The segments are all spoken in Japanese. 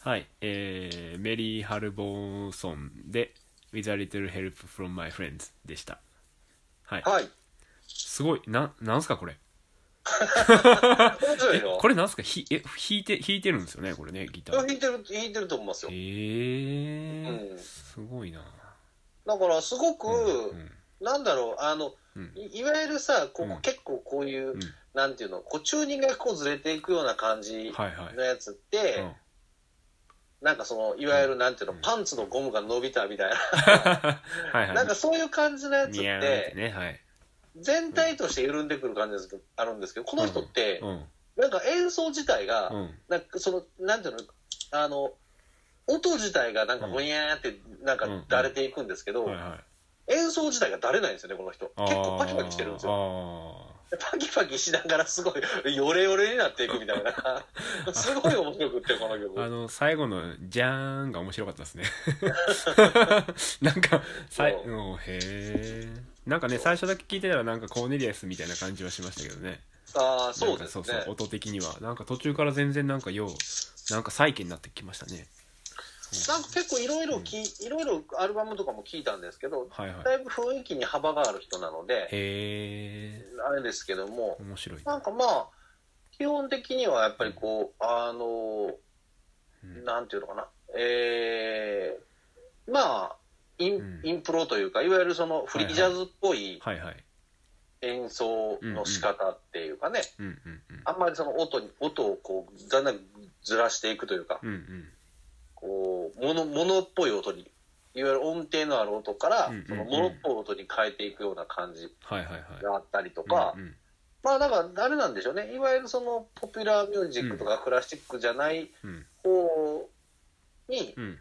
はい、えー、メリー・ハルボンソンで「With a little help from my friends」でしたはいはい。すごいななんすかこれ面白 えいよ。これなんすかひえ弾いて弾いてるんですよねこれねギタれ弾ーいてる、弾いてると思いますよえ。ーうんすごいなだから、すごく、うんなんだろう、あの、うんいいわゆるさ、こうこん結構こういう、うんなんていうの、こう、チューニングがこうずれていくような感じはいはいのやつって、 うんなんかその、いわゆるなんていうの、うんパンツのゴムが伸びたみたはいい な、はいなんかそういう感じのやつっ似合うってて、ねはい全体として緩んでくる感じですけどあるんですけど、この人って、うんなんか演奏自体が、うんなんかその、なんていうの、あの、音自体がなんかうんぼんやーってなんかうんだれていくんですけど、はいはい演奏自体がだれないんですよね、この人。結構パキパキしてるんですよ。よパキパキしながらすごい ヨレヨレになっていくみたいなすごい面白くってこの曲あの最後の「じゃーん」が面白かった ですねなんかさいそううんへえんかね最初だけ聞いてたらなんかコーネリアスみたいな感じはしましたけどねああそうですなんかねそうそう音的にはなんか途中から全然なんかようなんか再起になってきましたねなんか結構いろいろきいろいろアルバムとかも聞いたんですけどはいはいだいぶ雰囲気に幅がある人なのでへえあれですけども面白いなんかまあ基本的にはやっぱりこうあのうんなんていうのかなえー、まあイン,、うんインプロというかいわゆるそのフリージャズっぽいはいはい演奏の仕方っていうかね、うんうんうんあんまりその音に音をこうだんだんずらしていくというか、うんうんこう物物っぽい音にいわゆる音程のある音から、うんうんうんその物っぽい音に変えていくような感じはいはいはいがあったりとか、うんうんまあだからあれなんでしょうねいわゆるそのポピュラーミュージックとかクラシックじゃないうん方に,、うん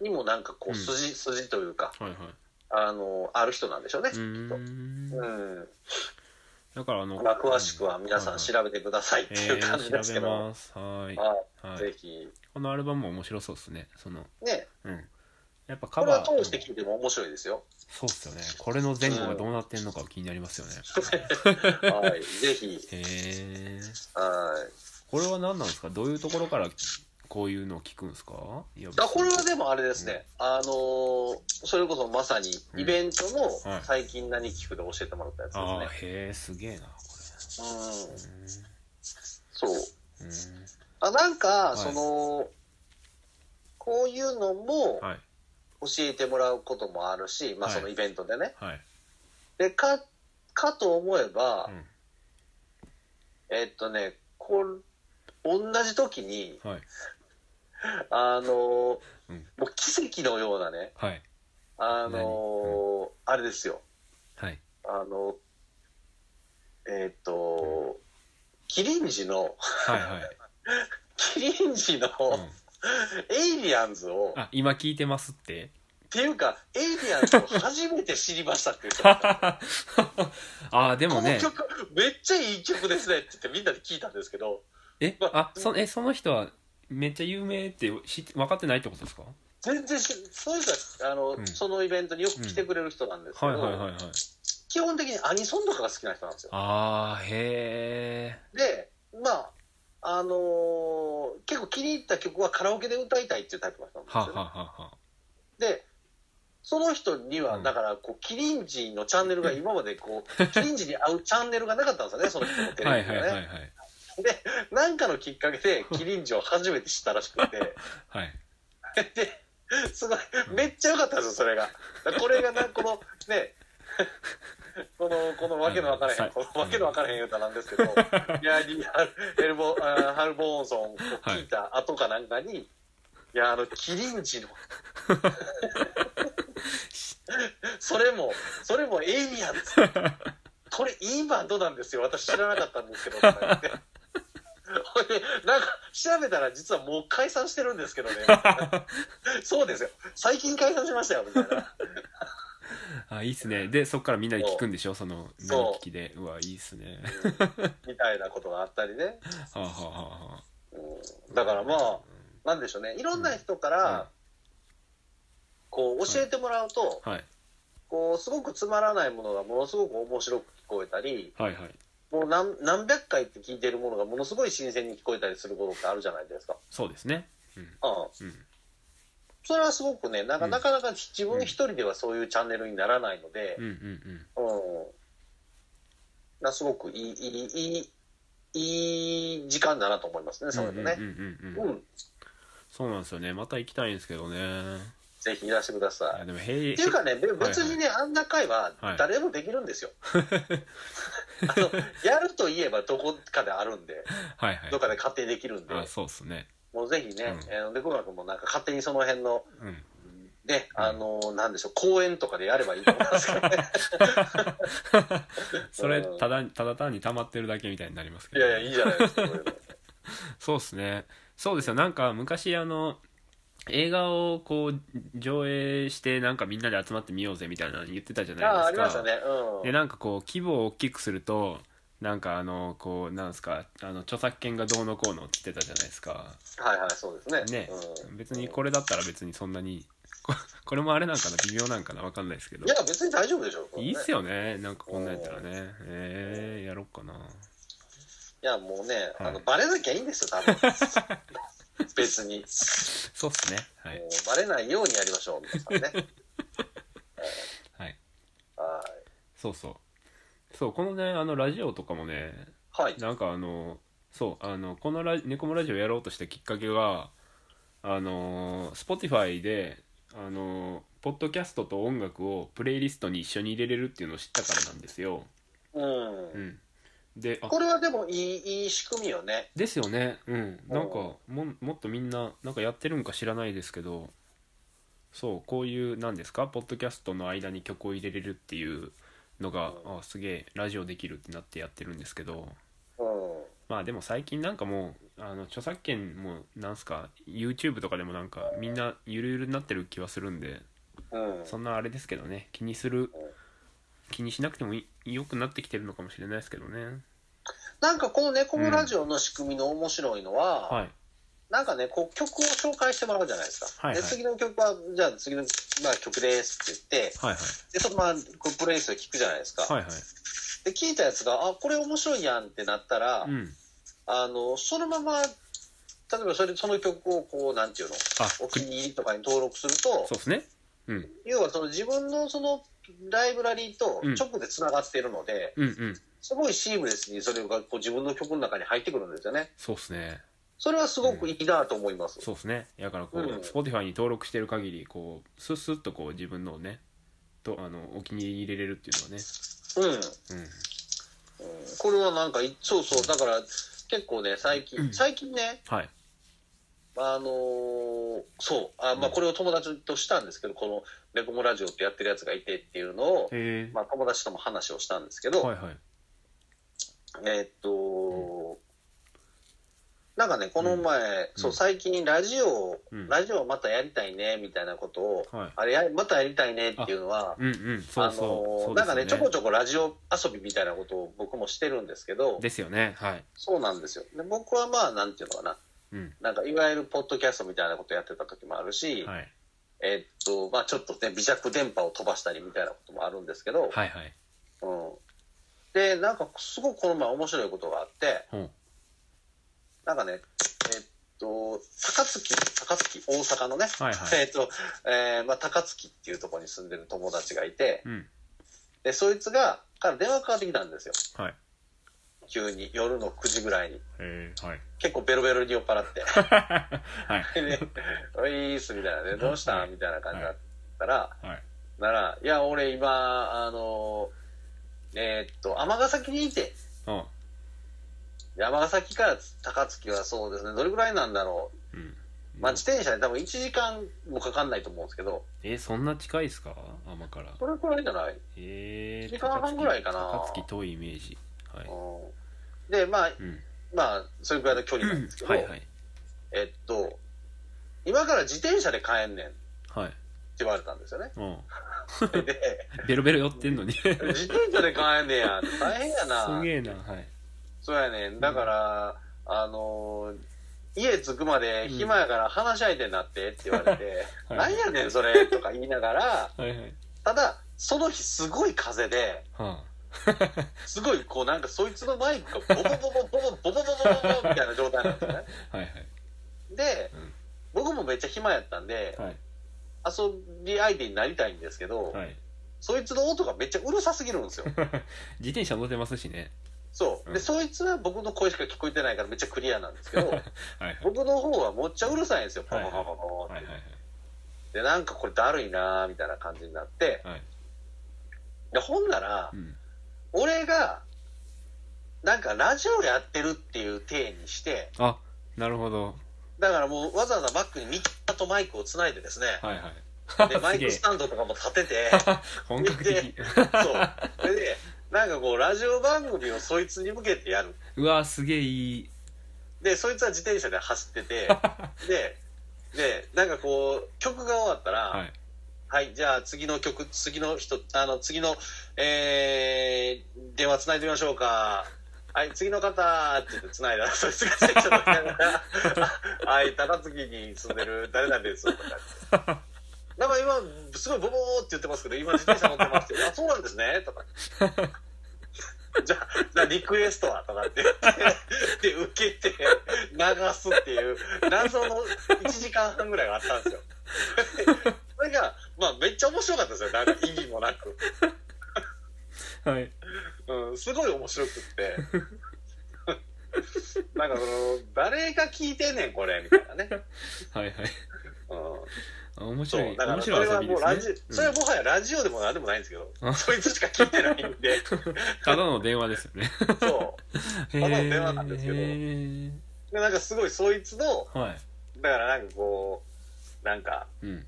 にもなんかうこんう筋,、筋というかはいはいあのある人なんでしょうねう。ーんうんだからあのまあ、詳しくは皆さん調べてくださいってえいう感じでーす調べけど、ますはいは、はいいぜひこのアルバムも面白そうですねそのねうんやっぱカこれはバー通して聴いても面白いですよ。 そうっすよねこれの前後がどうなってんのかは気になりますよね、はい、ぜひ、へえはこれは何なんですかどういうところからこういうのを聞くんですかいやい。だこれはでもあれですね、あのーそれこそまさにイベントのうんはい最近何聞くで教えてもらったやつああでへえすげえなこすね。うん、れそう。うーんうあなんいか、その、こういうのもーんはい教えてもらうこともあるし、まあはいそのイベントでね。はいで、か、かと思えば、うえっとね、こう同じ時に、んはいあのーうんもう奇跡のようなね、はいあのーあれですよ。はいあの、えーっ、と、キリンジの、 はいはい、キリンジのうん、エイリアンズを、っあ今聞いてますって ていうか、エイリアンズを初めて知りましたっていう人こああー でものね曲、めっちゃいい曲ですねって言ってみんなで聞いたんですけど、えあまそえその人はめっちゃ有名って知分かってないってことですか全然し、そういう人は、あの、うんそのイベントによく来てくれる人なんですけはいど、はいはいはい基本的にアニソンとかが好きな人なんですよ。ああへえで、まあ、あのー結構気に入った曲はカラオケで歌いたいっていうタイプの人なんですははよね、ははでその人には、うんだからこうキリンジのチャンネルが今までこうキリンジに合うチャンネルがなかったんですよねその人のテはレいビはがいね、はいはいなんかのきっかけでキリンジを初めて知ったらしくてはい ですごいめっちゃ良かったんですよそれがこれがなこのね このこのわけのわからへはいんこのわけのわからへん歌なんですけどいやリアルエルボあーハルボーンソンを聞いた後かなんかに、い、やあのキリンジのそれもそれもエイリアンズこれいいバンドなんですよ私知らなかったんですけどとか言ってほいでなんか調べたら実はもう解散してるんですけどねみたいなそうですよ最近解散しましたよみたいな あいいっすねでそっからみんなで聞くんでしょそのそう生聞きでうわいいっすねみたいなことがあったりね、はあはあはあはうん、だからまあなんでしょうねいろんな人から、うんこう教えてもらうと、あはいこうすごくつまらないものがものすごく面白く聞こえたりはいはいもう何何百回って聞いてるものがものすごい新鮮に聞こえたりすることってあるじゃないですか。そうですねうんうん、うんそれはすごくねなんか、うんなかなか自分一人ではそういうチャンネルにならないのでう、んうんうんなすごくいいいいいいいい時間だなと思いますね、そうれんでうんうんうね。んううんん、そうなんですよねまた行きたいんですけどねぜひいらしてくだいさやい。でもへいっていうかね、べ別にね、あんな会ははい誰でもできるん ですよ。あのやるといえばどこかであるんで、はいはいどっかで勝手にできるんで、あそうっすねもうぜひねう、んえー、で、く君もなんか勝手にその辺の、うんね、あのーなんでしょう、公園とかでやればいいと思いますけどね。それただただ単に溜まってるだけみたいになりますけ いどやいや、いいじゃないですか、これでそうですねそうですよなんか昔あの映画をこう上映してなんかみんなで集まってみようぜみたいなの言ってたじゃないです あかあ、ありましたね。うでん。なんかこう規模を大きくするとなんかあのこうなんですかあの著作権がどうのこうのって言ってたじゃないですかはいはい、そうですね。ねうん、別にこれだったら別にそんなにこ これもあれなんかな微妙なんかなわかんないですけどいや、別に大丈夫でしょう、いいっすよ。よねなんかこんなんやったらねえー、やろっかないや、もうね、はいあの、バレなきゃいいんですよ、多分。 別に。そうっすねはいもうバレないようにやりましょう、皆 さんね。はいはそうそうそうこのねあのラジオとかもねい。はい。なんかあのそうあのこのラジ「猫もラジオ」やろうとしたきっかけがあの Spotify であのポッドキャストと音楽をプレイリストに一緒に入れれるっていうのを知ったからなんですよ。うん。うん、であこれはでもいいいい仕組みよね。ですよねうんなんかおももっとみんななんかやってるんか知らないですけどそうこういうなんですかポッドキャストの間に曲を入れれるっていうのがあすげえラジオできるってなってやってるんですけど。うん。まあでも最近なんかもうあの著作権もなんすか YouTube とかでもなんかみんなゆるゆるになってる気はするんでうん。そんなあれですけどね気にする気にしなくてもい良くなってきてるのかもしれないですけどねなんかこの猫もラジオの仕組みの面白いのは、はいなんかね、こう曲を紹介してもらうじゃないですか。はいはいで、次の曲は、じゃあ次の、まあ、曲ですって言って、はいはいで、そのまあ、こうプレイリストで聞くじゃないですか。はいはいで、聞いたやつが、あ、これ面白いやんってなったら、うんあの、そのまま、例えばそれ、その曲をこう、なんていうの、あおく気そうに入りとかに登録すると、ですねうん要はその自分のそのライブラリーとうん直でつながっているので、うんうんすごいシームレスにそれがこう自分の曲の中に入ってくるんですよね。そうっすねそれはすごくいいなと思います。そうっすねだからこう、うん Spotify に登録してる限りこうスッスッとこう自分のをねとあのお気に入りに入れれるっていうのはねうん。うんこれはなんかい、そうそう、だから結構ね、最近、最近ね、はいあのーそう、あまあ、これを友達としたんですけど、このレコモラジオってやってるやつがいてっていうのを、へえ、まあ、友達とも話をしたんですけど、はいはいえーっと、なんかね、この前、そうう、ん最近ラジオ、うんラジオまたやりたいね、みたいなことを、はいあれや、またやりたいねっていうのは、うんうんそうそうあそのうでなすんかよね、ちょこちょこラジオ遊びみたいなことを僕もしてるんですけど、ですよねはい、そうなんですよ。で僕はまあ、なんていうのかな、うんなんかいわゆるポッドキャストみたいなことやってた時もあるし、はい、えっと、まあちょっとね、微弱電波を飛ばしたりみたいなこともあるんですけど、はいはいうん。で、なんかすごくこの前面白いことがあって、ほうなんかね、えっと、高槻、高槻、大阪のね、はいはいえっと、えーまあ高槻っていうところに住んでる友達がいて、うんで、そいつが、から電話かかってきたんですよ。はいへ急に、夜の9時ぐらいに。えはい 結構ベロベロに酔っ払って。はいで、おいっす、みたいなね、どうしたみたいな感じだったら、はいなら、いや、俺今、あの、えーっと、尼崎にいて、あ尼崎から高槻はそうですね、どれぐらいなんだろうんう。まあ、自転車で多分1時間もかかんないと思うんですけど、えそんな近いですか天からどれくらいじゃない、ええ一時間半ぐらいかな高槻遠いイメージはいうん、で、まあ、うんまあ、それぐらいの距離なんですけど、はいはいえっと、今から自転車で帰んねんってはい言われたんです よね。うんで、ベロベロ寄ってんのにす自転車で帰んねんやん。大変やな。げえなはいそうやねん。だから、あのー家着くまで暇やから話し相手になってって言われて、うんはないんやねんそれとか言いながら、はいはいただ、その日すごい風で、はすごいこうなんかそいつのマイクがボボボボボボボボボボボボみたいな状態なんですよねはいで、うん僕もめっちゃ暇やったんで、はい遊び相手になりたいんですけど、はいそいつの音がめっちゃうるさすぎるんですよ自転車乗ってますしねそううでんそいつは僕の声しか聞こえてないからめっちゃクリアなんですけどはいはい僕の方はもっちゃうるさいんですよパはいパパパパはっいてはいでなんかこれだるいなーみたいな感じになってはいはいでほんならうん俺がなんかラジオやってるっていう体にしてあなるほどだからもうわざわざバックにミキサーとマイクをつないでで すねはいはいでマすイげクえスタンドとかも立てて本格的でそうそれでなんかこうラジオ番組をそいつに向けてやるうわすげえいいでそいつは自転車で走っ ててででなんかこう曲が終わったらははいい、じゃあ次の曲次の人あの次のえー、電話つないでみましょうかはい次の方って言ってつないだら そいつが自転車乗りながら「はい高槻に住んでる誰々です」とか言って。なんか今すごいボボーって言ってますけど今自転車乗ってますけど「あそうなんですね」とか じゃあ、じゃあリクエストはとかって言って、で、受けて、流すっていう、謎の1時間半ぐらいがあったんですよ。それが、まあ、めっちゃ面白かったですよ。なんか意味もなく。 はい、うん、すごい面白くって。 なんかその、誰が聞いてんねん、これ、みたいなね。はいはいうん、あ面そ白う、いだから面それ白い遊はびもでうラジすねそれうはもはやラジオでも何でもないんですけあど、そいつしか聞いてないん で、ん ただの電話ですよねそへだの電話なんですけどえう。で、なんかすごい、そいつの、はいだからなんかこう、なんか、うん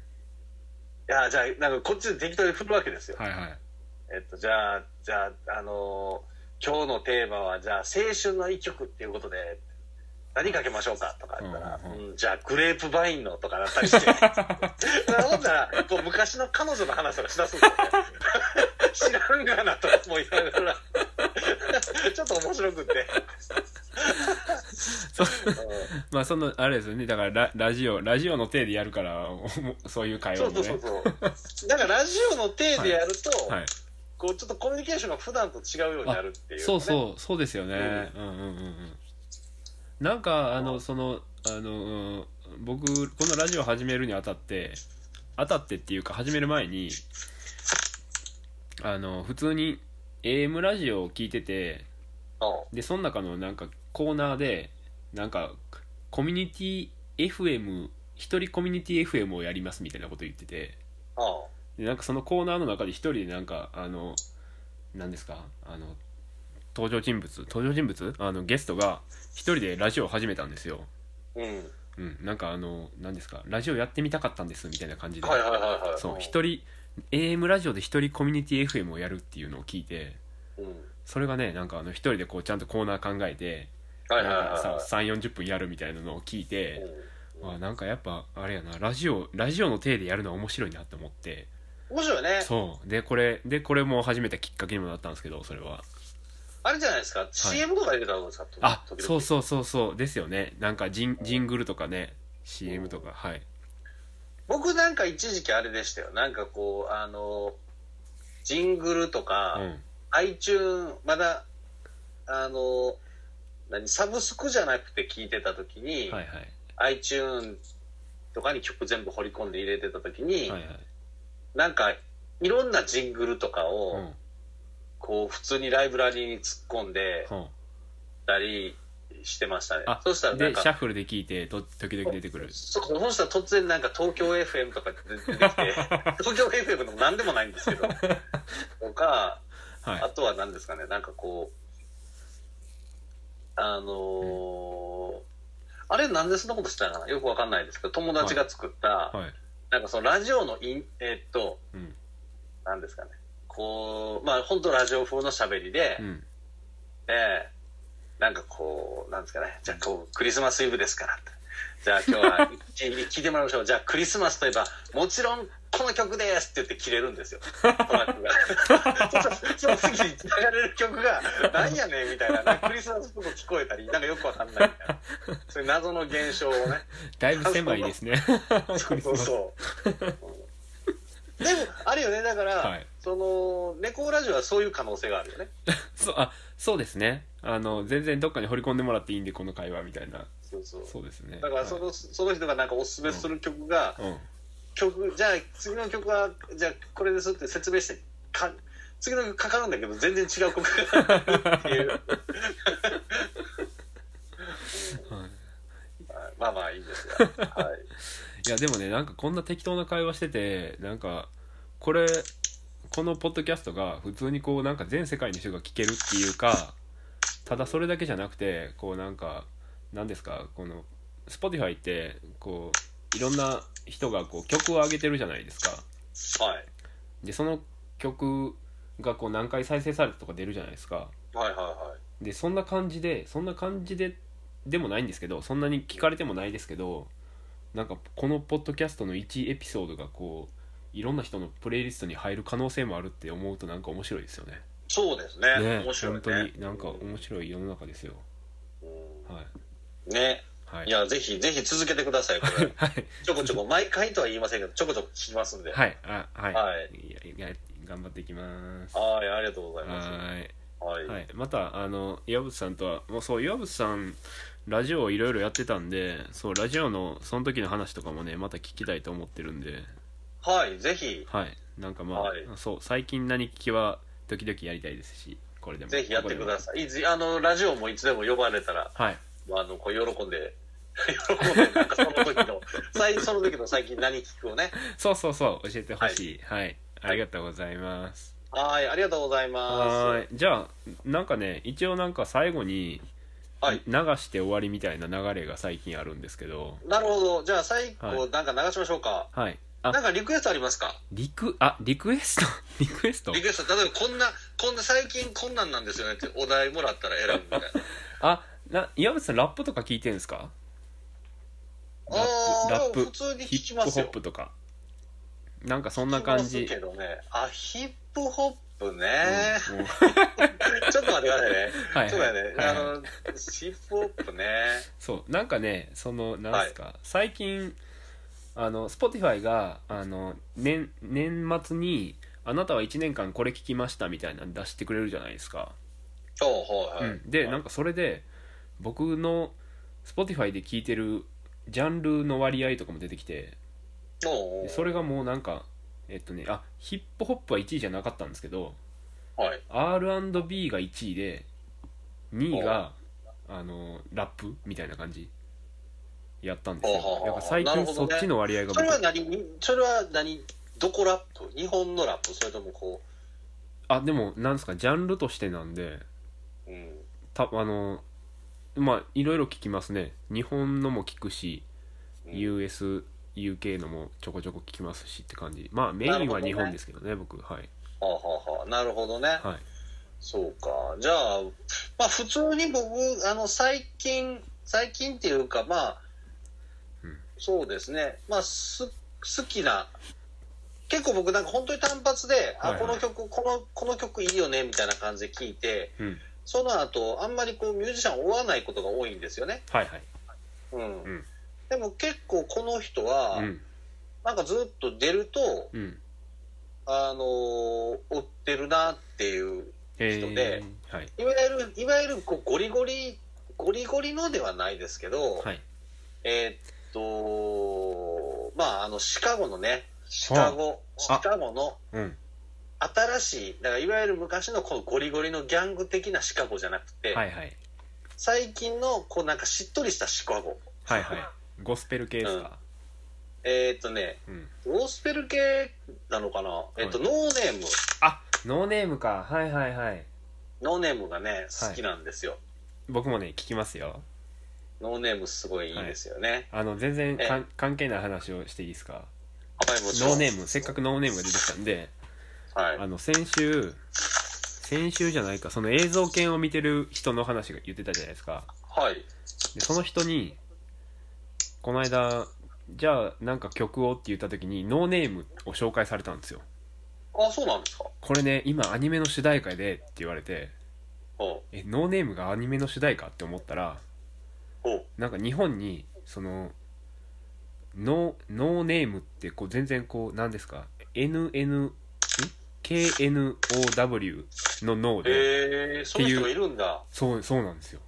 いやじゃあなんかこっちで適当に振るわけですよ、はいはいえっと、じゃあじゃあ、あのー今日のテーマはじゃあ青春の一曲っていうことで何かけましょうかとか言ったら、うんうんうんじゃあグレープバインのとかだったりしてほんならこう昔の彼女の話とかしだすんですよ知らんがなとかも言いながらちょっと面白くって、そううんまあそのあれですよねだからララジオラジオの体でやるから おもそういう会そ話うもそうねそうそうだからラジオの体でやると、はいこうちょっとコミュニケーションが普段と違うようになるっていう、ね、そうそうそうですよね、うん、うんうんうんなんかあのそのあの、うん僕このラジオ始めるにあたってあたってっていうか始める前にあの普通に AM ラジオを聞いててうんでその中のなんかコーナーでなんかコミュニティ FM 一人コミュニティ FM をやりますみたいなこと言っててあでなんかそのコーナーの中で一人でなんかあの何ですかあの登場人物登場人物あのゲストが一人でラジオを始めたんですよ、あうん。うん、なんかあの何ですかラジオやってみたかったんですみたいな感じで、はいはいはいはい。そう一人 AM ラジオで一人コミュニティ FM をやるっていうのを聞いてうん。それがねなんかあの一人でこうちゃんとコーナー考えてはいはいはいなんかはさ3 4 0分やるみたいなのを聞いい。て、うんあなんかやっぱあれやなラジオラジオの体でやるのは面白いなって思って面白いね。そうでこれでこれも始めたきっかけにもなったんですけどそれはあれじゃないですか。CM とか出てたんですか。あ時々そうそうそうそうですよねなんかジンジングルとかね CM とかはい僕なんか一時期あれでしたよ。なんかこう、あの、ジングルとうか、ん iTune、まだ、あの、何、サブスクじゃなくて聞いてた時にはいはい、 iTune とかに曲全部掘り込んで入れてた時にはい、はいなんか、いろんなジングルとかうをん、こう、普通にライブラリーに突っ込んで、うんったりしてましたねあ。そしたらなでんシャッか、フルで聞いてと時々出てくるそうそうしたら突然なんか東京 FM とか出てき て、東京 FM でも何でもないんですけど、とか、はいあとは何ですかね、なんかこう、あのーあれなんでそんなことしたのかなよくわかんないですけど、友達が作った、はいなんかそのラジオのイン、えーっと、うん何ですかね、こう、まあ本当ラジオ風の喋りで、うんええなんかこう、なんですかね、じゃあこう、クリスマスイブですからってじゃあ今日 は一日聞いてもらいましょう。じゃあクリスマスといえば、もちろんこの曲ですって言って切れるんですよ。トラックが。 そその次に流れる曲が、なんやねんみたいな、なんかクリスマスっぽく聞こえたり、なんかよくわかんないみたいな。そういう謎の現象をね。 だいぶ狭いですねそうそうそう。でも、あるよね。だから、はいその、猫ラジオはそういう可能性があるよね。 そうあそうですねあの全然どっかに掘り込んでもらっていいんでこの会話みたいなそうそう。そうですねだからその、その人がなんかおすすめする曲はが、いうん曲、じゃあ次の曲は、じゃあこれですって説明して、か次の曲かかるんだけど、全然違う曲があるっていう。 はいはいまあまあいいんですが。はい。いやでもねなんかこんな適当な会話しててなんかこれこのポッドキャストが普通にこうなんか全世界の人が聞けるっていうかただそれだけじゃなくてこうなんか何ですかこの Spotify ってこういろんな人がこう曲を上げてるじゃないですかはい。でその曲がこう何回再生されたとか出るじゃないですかはいはいはい。でそんな感じでそんな感じででもないんですけどそんなに聞かれてもないですけどなんかこのポッドキャストの1エピソードがこういろんな人のプレイリストに入る可能性もあるって思うとなんか面白いですよね。そうですね。ね面白いね。本当になんか面白い世の中ですよ。うんはいね。はいいや、ぜひ、ぜひ続けてください、これ。はいちょこち ょこ、毎回とは言いませんけど、ちょこちょこ聞きますんで。ははいあはい、、はい、やいや頑張っていきます。はいありがとうございまいす。はい。はい、またあの岩渕さんとはもうそう岩渕さんラジオをいろいろやってたんでそうラジオのその時の話とかもねまた聞きたいと思ってるんではい、ぜひ、はいなんかまあ、はいそう最近何聞きは時々やりたいですしこれでもぜひやってくだいさい。いつあの、ラジオもいつでも呼ばれたら、はいあの、こう喜んで、 喜んで、なんかその時 の、最その時の最近何聞くをね。そうそうそう教えてほしいはい、ありがとうございますはい、ありがとうございまはす。いじゃあなんかね一応なんか最後にはい。流して終わりみたいな流れが最近あるんですけどなるほど。じゃあ、最後、はなんか流しましょうか。はいなあんかリクエストありますかリクあリクエスト リクエストリクエスト、例えばこんな、こんな最近こんなんなんですよねってお題もらったら選ぶみたいな。あな岩渕さんラップとか聞いてるんですかああ、ラップ普通にヒ聞きッまプすホッよ。プとかなんか そんな感聞じきますけどね。あ、ヒップホップね。うんうん ちょっと待ってくださいね。はいそうだよね。はいあはいの、ヒップホップね。そうなんかねそのなんですか、最近あの Spotify があの年年末に「あなたは1年間これ聞きました」みたいなの出してくれるじゃないですか、そう、はい、はいうん、でなんか、かそれで僕の Spotify で聞いてるジャンルの割合とかも出てきておうおうでそれがもうなんかえっとねあヒップホップは1位じゃなかったんですけどはい。 R&B が1位で2位があのラップみたいな感じやったんですよほうほうほうだから最なる近ほそどっねちの割合がそ僕れは何、それは何、どこラップ日本のラップそれともこあでもなんですかジャンルとしてなんでう、うん。たあのまあいろいろ聞きますね日本のも聞くしうん USUK のもちょこちょこ聞きますしって感じまあメなイるンほはどね日本ですけどね僕はいはあ、はあはあ、なるほどね。はいそうか。じゃあ、まあ普通に僕、あの、最近、最近っていうか、まあ、うんそうですね。まあ、す、好きな、結構僕なんか本当に単発で、はいはいあ、この曲、この、この曲いいよね、みたいな感じで聴いて、うんその後、あんまりこうミュージシャンを追わないことが多いんですよね。はいはいうん。うんでも結構この人は、うんなんかずっと出ると、うんあのー追ってるなっていうえ人でー、はいいわゆる、いわゆるこうゴリゴリ、ゴリゴリのではないですけど、はいえーっと、まあ、あの、シカゴのね、シカゴ、シあカゴのうん新しい、だからいわゆる昔のこうゴリゴリのギャング的なシカゴじゃなくて、はいはい最近のこうなんかしっとりしたシカゴ。はいはいゴスペル系ですかえーっとね、うんゴスペル系なのかな、えーっと、はノーネーム、あノーネームかはいはいはいノーネームがね、好きなんですよ。僕もね聞きますよノーネームすごいいいですよね。あの全然かん関係ない話をしていいですかはい、もちろんノーネームせっかくノーネームが出てきたんではい。あの先週先週じゃないかその映像犬を見てる人の話が言ってたじゃないですかはい。でその人にこの間じゃあなんか曲をって言った時にノーネームを紹介されたんですよあ、そうなんですか。これね今アニメの主題歌でって言われておうえノーネームがアニメの主題歌って思ったらおうなんか日本にそのノーノーネームってこう全然こう何ですか NN KNOW の脳で、えー、そういう人がいるんだ。そうそうなんですよ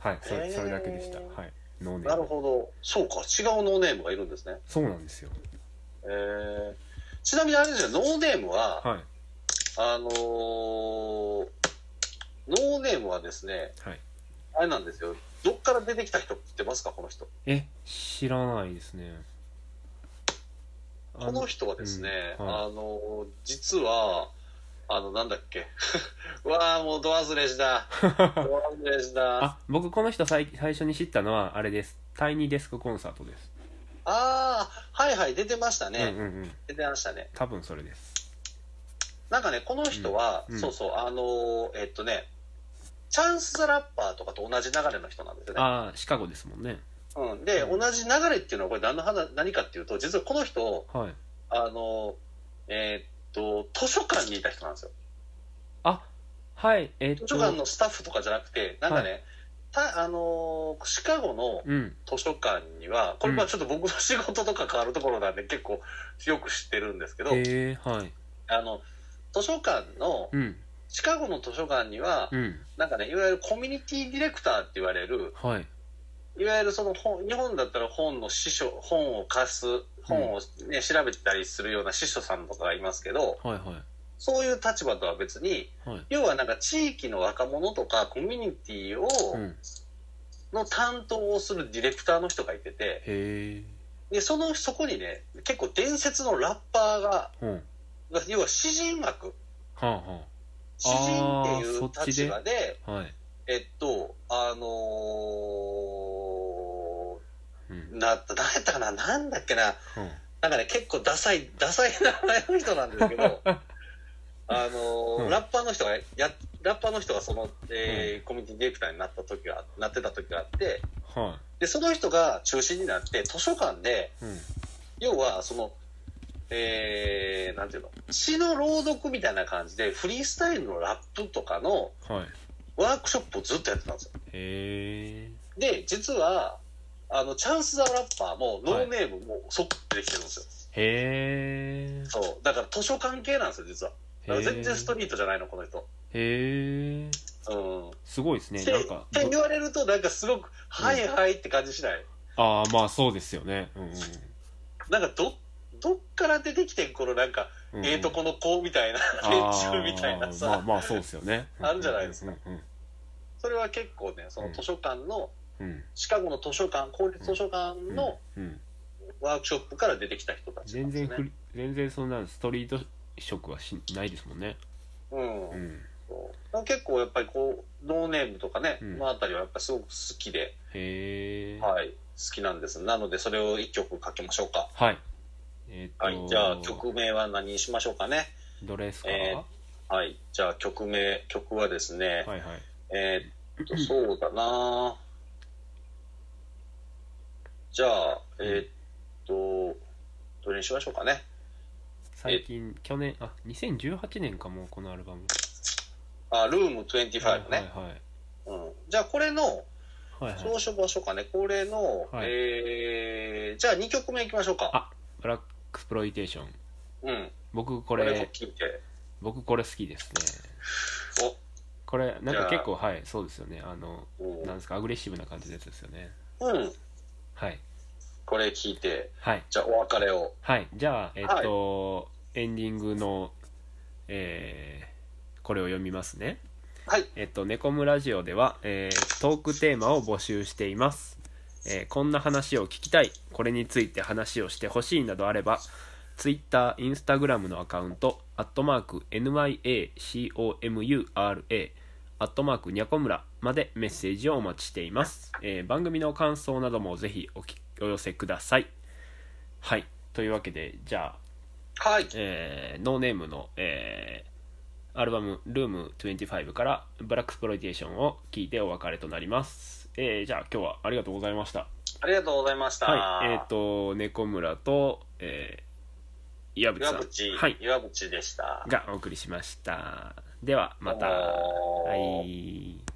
はいそへれーそれだけでしたはい脳ネなーるムほど。そうか、違うノーネームがいるんですね。そうなんですよえー、ちなみにあれですよ、ノーネームは、はいあのーノーネームはですね、はいあれなんですよ、どっから出てきた人知ってますか、この人。え知らないですねあこの人はですね、うんはいあのー実は、あの、なんだっけ。 うわあ、もうド忘れした。 ド忘れした。ああ僕この人最最初に知ったのはあれですタイニーデスクコンサートです、あー、はいはい、出てましたね。うんうんうん出てましたね。多分それですなんかね、この人は、うんうんそうそう、あのーえっとね、チャンス・ザ・ラッパーとかと同じ流れの人なんですよね。ああシカゴですもんねうん、で、うん同じ流れっていうのはこれ何の話何かっていうと、実はこの人、はいあのーえっと、図書館にいた人なんですよ。あはいえっ図と書館のスタッフとかじゃなくて、なんかね、たあのーシカゴのうん図書館には、これまあうんちょっと僕の仕事とか変わるところなんで結構よく知ってるんですけど、へえはいあの、図書館の、うんシカゴの図書館には、うんなんかね、いわゆるコミュニティディレクターって言われる、はいいわゆるその本、日本だったら本の師匠、本を貸す、本をね、調べてたりするような師匠さんとかがいますけど、はいはそういう立場とは別に、いはい要はなんか地域の若者とかコミュニティを、うんの担当をするディレクターの人がいてて、へえで、その、そこにね、結構伝説のラッパーが、うんは要は詩人枠、あは詩人っていあうーそっちで立場で、あはいえっと、あのうんー、な、誰やったかななんだっけなうんなんかね、結構ダサい、ダサい名前の人なんです けど、あのーうんラッパーの人が、や、ラッパーの人がその、えーコミュニティディレクターになった時が、なってた時があって、はで、その人が中心になって、図書館で、いうん要は、その、えー、なんていうの、詩の朗読みたいな感じで、フリースタイルのラップとかのはいワークショップをずっとやってたんですよ。へえで、実は、あの、チャンス・ザ・ラッパーも、ノーネームも、そっくりできてるんですよ。へえそう。だから図書館系なんですよ、実は。だから全然ストリートじゃないの、この人。へえうん。すごいですねせなっんかて言われると、なんかすごく、はいはいって感じしない。ああまあそうですよねうんうんなんかど、どっから出てきてん、このなんか、うんええとこの子みたいな、連中みたいあーまなあさ。まあそうですよねあるじゃないですかうんうんそれは結構ね、その図書館の、うんシカゴの図書館、公立図書館うんのうんワークショップから出てきた人たちな全んで然すね。フリ全然そんなストリート色はしないですもんねうん。うんそう結構やっぱりこう、ノーネームとかね、うんこのあたりはやっぱすごく好きで、へえはい、好きなんです。なので、それを一曲かけましょうか。はいえーはっいと、じゃあ曲名は何にしましょうかね。どれですかえーはい、じゃあ曲名、曲はですね、はいはいえーっと、そうだなじゃあ、えーっと、どれにしましょうかね。最近去年あ2018年かもうこのアルバムあ、ルーム25はいね。はいうん、じゃあ、これの、はいはい、はそ、いうしましょうかね。これの、はいえー、じゃあ2曲目いきましょうか。あブラックスプロイテーションうん、僕ここれをれ聞いて。僕これ好きですねおこれなんじゃかあ結構はいそうですよねあのうんなんですかアグレッシブな感じのやつですよねうん、はいこれ聞いて、はいじゃあお別れを。はいじゃあえっと、エンディングのえーこれを読みますねはい、えっと、ネコムラジオでは、えートークテーマを募集しています、えーこんな話を聞きたい、これについて話をしてほしいなどあれば、Twitter、Instagram のアカウント、アットマーク、NYACOMURA、アットマーク、にゃこむらまでメッセージをお待ちしています。えー番組の感想などもぜひおきお寄せください。はい。というわけで、じゃあ、はい、えーノーネームの、えーアルバム「ルーム25から「ブラックスプロイテーション」を聴いてお別れとなります、えーじゃあ今日はありがとうございましたありがとうございました。はいえっ、と猫村と、えー岩渕さ岩ん渕、はい、岩渕でした。がお送りしましたではまたどうもはい